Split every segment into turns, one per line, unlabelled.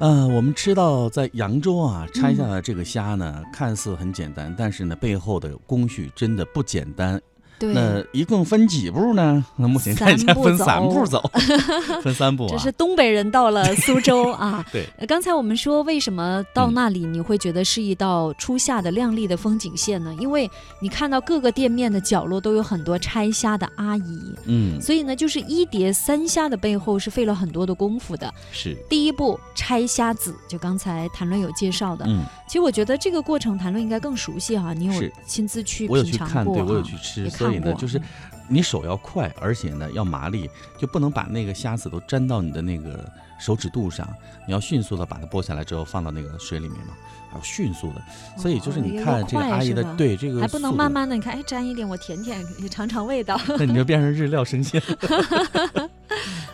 呃，我们吃到在扬州啊，拆下这个虾
嗯
呢，看似很简单，但是呢，背后的工序真的不简单。
对，
那一共分几步呢？那目前看一下，
三步
分三步
走
走， 分三步啊。
这是东北人到了 苏州啊。
对
呃刚才我们说，为什么到那里你会觉得是一道初夏的亮丽的风景线呢？因为你看到各个店面的角落都有很多拆虾的阿姨，
嗯，
所以呢，就是一碟三虾的背后是费了很多的功夫的。
是，
第一步拆虾子，就刚才谭论有介绍的。
嗯，
其实我觉得这个过程谭论应该更熟悉哈、你有
是
亲自去
我有
品
去
尝
看，
过、
对
啊，
我有去吃，
也
所以
看
呢，
过，
就是你手要快，而且呢要麻利，就不能把那个虾子都粘到你的那个手指肚上，你要迅速的把它剥下来之后放到那个水里面嘛，要迅速的。所以就是
哦也
你
要
看这个
快
阿姨
是
的
吧
对这个
还不能
速
慢
度，
慢的，你看，哎，沾一点，我舔舔，也尝尝味 道。
那你就变成日料生 鲜了。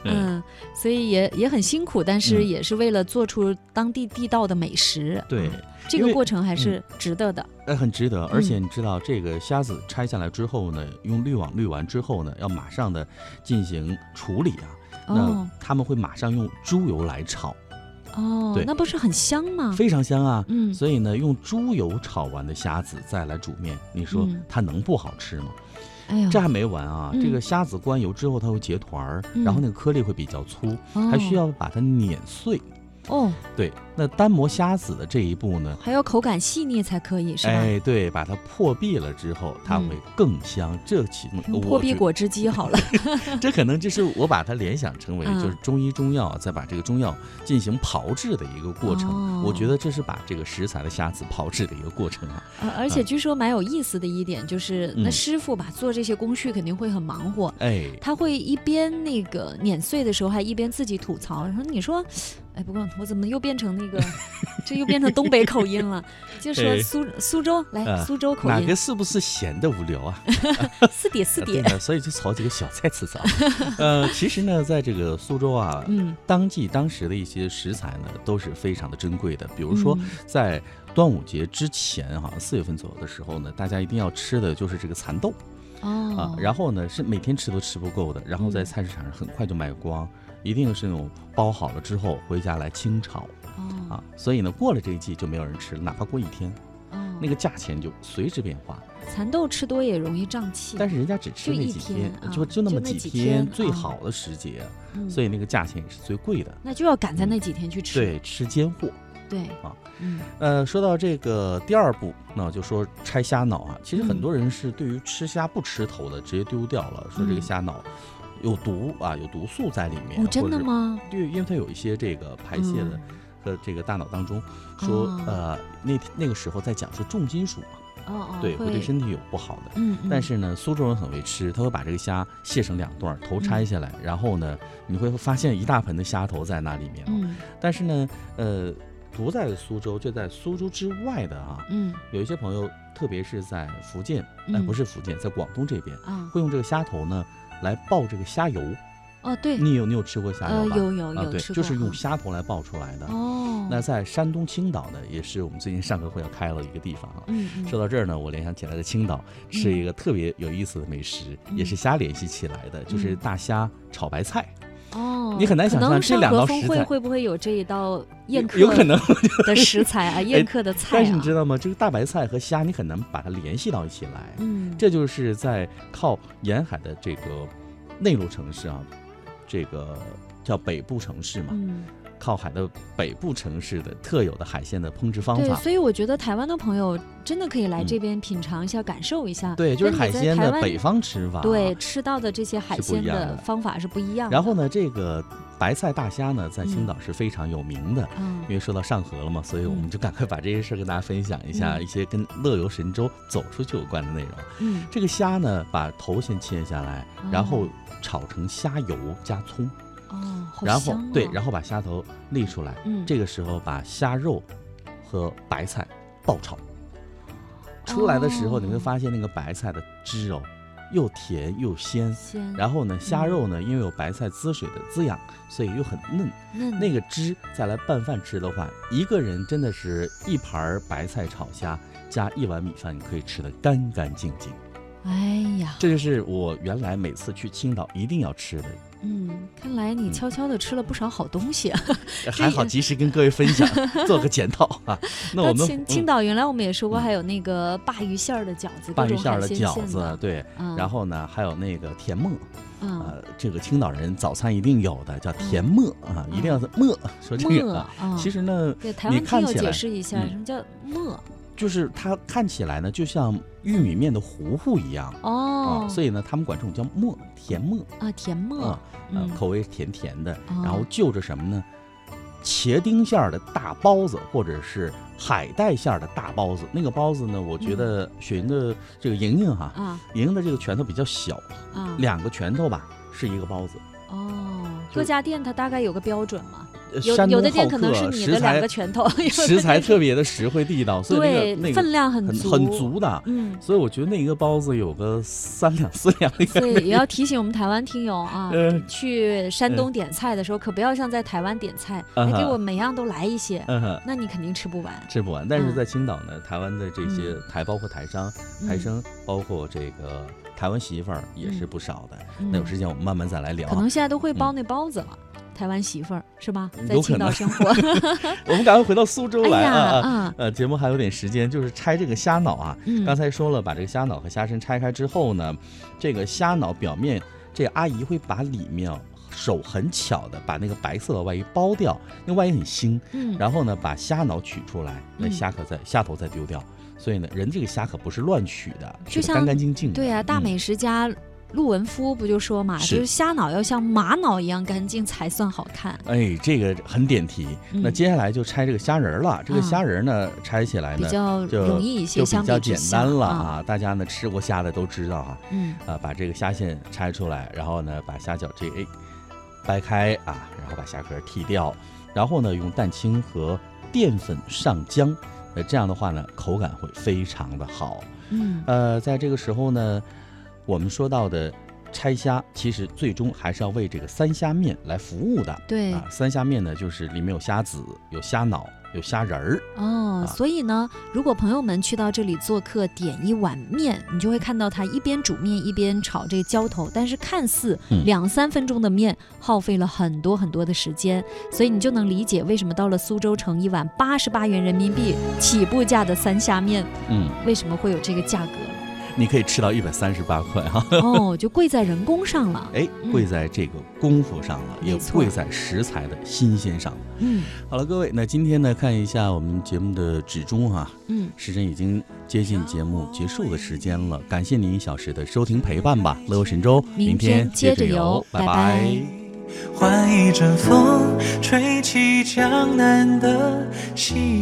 嗯，
嗯，所以也也很辛苦，但是
嗯
也是为了做出当地地道的美食。
对
啊，这
因
个
为嗯
过程还是值得的。
那很值
嗯
得。而且你知道，这个虾子拆下来之后呢，用滤网滤完之后呢，要马上的进行处理啊。那
哦
他们会马上用猪油来炒，
哦
对，
那不是很香吗？
非常香啊。
嗯，
所以呢，用猪油炒完的虾子再来煮面，你说
嗯
它能不好吃吗？
哎呦
这，还没完啊，
嗯
这个虾子关油之后它会结团儿，
嗯
然后那个颗粒会比较粗，
哦
还需要把它碾碎。
哦，
对，那单磨虾子的这一步呢，
还要口感细腻才可以，是吧？
哎，对，把它破壁了之后，它
嗯
会更香。这其
用
哎我
破
觉
壁果汁机好了。
这可能就是我把它联想成为
嗯
就是中医中药啊，再把这个中药进行炮制的一个 过程。我觉
哦
得这是把这个食材的虾子炮制的一个过程啊。
呃而且据说蛮有意思的一点就是，那
嗯
师傅吧做这些工序肯定会很忙活，
哎，
他会一边那个碾碎的时候，还一边自己吐槽，说：“你说，哎，不过我怎么又变成 那个，这又变成东北口音了？就说
哎
苏苏州来、
啊
苏州口
哪
音
个，是不是闲的无聊啊？
四点四
对
点，
的，所以就炒几个小菜吃 吃啊。呃，其实呢，在这个苏州啊，
嗯，
当季当时的一些食材呢，都是非常的珍贵的。比如说，在端午节之前哈、四月份左右的时候呢，大家一定要吃的就是这个蚕豆
嗯
啊
哦，，
然后呢是每天吃都吃不够的，然后在
嗯
菜市场上很快就卖光，一定是那种包好了之后回家来清炒
哦
啊。所以呢，过了这一季就没有人吃了，哪怕过一天，
哦，
那个价钱就随之变化。
蚕豆吃多也容易胀气，
但是人家只吃
就
那
一
几
天啊
就就那
就
么
那
几
几
天
天
最
啊
好的时节，
嗯
所以那个价钱也是最贵的。
那就要赶在那几天去吃，
对，吃尖货。
对
啊
嗯
呃，说到这个第二步，那我就说拆虾脑啊。其实很
嗯
多人是对于吃虾不吃头的，直接丢掉了，说这个
嗯
虾脑有毒啊，有毒素在里面。
哦，
或
真
者
的
是？
吗？嗯
对，因为它有一些这个排泄的和这个大脑当中说
哦，
呃，那那个时候在讲说重金属嘛，
嗯哦哦，
对，会
会
对身体有不好的。
嗯，嗯
但是呢，苏州人很会吃，他会把这个虾卸成两段儿，
嗯
头拆下来，然后呢，你会发现一大盆的虾头在那里面、哦
嗯
但是呢，呃，不在苏州，就在苏州之外的啊，
嗯
有一些朋友，特别是在福建，哎、
嗯
不是福建，在广东这边，
啊
会用这个虾头呢来爆这个虾油。
哦对，
你有你有吃过虾
呃
油吧？
有有
啊，
有
对，
吃
就
过
是
啊
用虾头来爆出来的。
哦，
那在山东青岛呢，也是我们最近上个会要开了一个地方啊。
嗯嗯
说到这儿呢，我联想起来的青岛是一个特别有意思的美食，
嗯
也是虾联系起来的，就是
嗯
大虾炒白菜。
哦，
你很难
可
想象
能
这
上
两
合
道
峰
食
会
材
会不会有这一道宴客
有可能，哎
的食材 啊，宴客的菜啊。
但是你知道吗？这个大白菜和虾，你很难把它联系到一起来。
嗯，
这就是在靠沿海的这个内陆城市啊，这个叫北部城市嘛，
嗯，
靠海的北部城市的特有的海鲜的烹制方
对，
法。
所以我觉得台湾的朋友真的可以来
嗯
这边品尝一下，感受一下。
对，就是
跟你
海
在
鲜
台
的
湾
北方吃法。啊
对，吃到的这些海
是不一
鲜
样
的
的
方法是不一样的。
然后呢，这个白菜大虾呢，在青
嗯
岛是非常有名的。
嗯，
因为说到上河了嘛，所以我们
嗯
就赶快把这些事儿跟大家分享一下，
嗯
一些跟乐游神州走出去有关的内容。
嗯
这个虾呢，把头先切下来，然后炒成虾油加葱，
哦，好
然后
香
对
啊，
然后把虾头沥出来。
嗯，
这个时候把虾肉和白菜爆炒，出来的时候你会
哦
发现那个白菜的汁哦，又甜又鲜。
鲜
然后呢，虾肉
嗯
呢，因为有白菜滋水的滋养，所以又很嫩。
嫩
那个汁再来拌饭吃的话，一个人真的是一盘儿白菜炒虾加一碗米饭，你可以吃得干干净净。
哎呀，
这就是我原来每次去青岛一定要吃的
嗯，看来你悄悄的吃了不少好东西啊。
还好及时跟各位分 享，做个检讨啊。那我们
青
嗯
青岛原来我们也说过，还有那个鲅鱼馅儿的饺子，
鲅
各
鱼
种
馅儿
海
的
鲜
饺
馅
子
的，
对，
嗯
然后呢还有那个甜沫，
嗯，
啊，这个青岛人早餐一定有的叫甜沫啊，一定要是沫，说这
嗯沫
个啊。
啊，
其实呢，
对台
你
湾听
看
友
起
解
来
释一下，
嗯
什么叫沫
就是它看起来呢，就像玉米面的糊糊一样
哦
啊，，所以呢，他们管这种叫沫，甜沫
啊甜沫
啊，，呃
嗯，
口味甜甜的，然后
哦
就着什么呢？茄丁馅儿的大包子，或者是海带馅儿的大包子。那个包子呢，我觉
嗯
得雪莹的这个莹莹哈，
啊
莹莹的这个拳头比较小，
啊
两个拳头吧是一个包子。
哦，
就
各家店它大概有个标准嘛，
呃
有
山
有的
东
店
好
可能
客
是你
食
的两
材
个拳头， 有
食
的
材
是
特别的实惠地道，所以
对
那个那
分
个
量很
很
足
很足的。
嗯，
所以我觉得那一个包子有个三两四两 的。
所以也要提醒我们台湾听友啊，
呃
去山
嗯
东点菜的时候，可不要像在台湾点菜，
啊
哎，
哈
给我每样都来一些，
嗯哼，
那你肯定吃不完。
吃不完。但是
嗯
在青岛呢，台湾的这些台，包括台商、台生，包括这个台湾媳妇儿也是不少的。
嗯
那有时间我们慢慢再来聊
可
啊。嗯
能现在都会包那包子了，台湾媳妇儿是吧？在
有
青
可
岛
能
生活，
我们赶快回到苏州
哎
来
呀
啊啊！
啊，
呃，节目还有点时间，就是拆这个虾脑啊。
嗯，
刚才说了，把这个虾脑和虾身拆开之后呢，这个虾脑表面，这个阿姨会把里面哦手很巧的把那个白色的外衣剥掉，那外衣很腥，
嗯，
然后呢把虾脑取出来，那
嗯
虾壳再虾头再丢掉。所以呢，人这个虾可不是乱取的，
就
取得
像
干干净净的。
对呀、啊大
嗯
美食家陆文夫不就说嘛，
是
就是虾脑要像玛瑙一样干净才算好看。
哎，这个很点题。那
嗯
接下来就拆这个虾仁儿了。这个
啊
虾仁儿呢，拆起来
比
呢
较
就
容易一些，
就比
相
较
比之
简
下
单了
啊。
啊。大家呢吃过虾的都知道啊，
嗯，
啊，把这个虾线拆出来，然后呢，把虾饺这哎掰开啊，然后把虾壳剔掉，然后呢，用蛋清和淀粉上浆，呃，这样的话呢，口感会非常的好。
嗯
呃，在这个时候呢，我们说到的拆虾，其实最终还是要为这个三虾面来服务的。
对
啊，三虾面呢，就是里面有虾子、有虾脑、有虾仁儿。
哦
啊，
所以呢，如果朋友们去到这里做客，点一碗面，你就会看到他一边煮面一边炒这个浇头，但是看似
嗯
两三分钟的面耗费了很多很多的时间，所以你就能理解为什么到了苏州城一碗八十八元人民币起步价的三虾面
嗯，
为什么会有这个价格了。
你可以吃到一百三十八块哈、
哦，就贵在人工上了。
哎，贵在这个功夫上了，
嗯没
也
错
贵在食材的新鲜上了。
嗯
好了，各位，那今天呢，看一下我们节目的指钟哈、
嗯，
时针已经接近节目结束的时间了，感谢您一小时的收听陪伴吧，乐游神州，
明
天
天接着
着
游拜
拜
拜
换一阵风，吹起江南的夕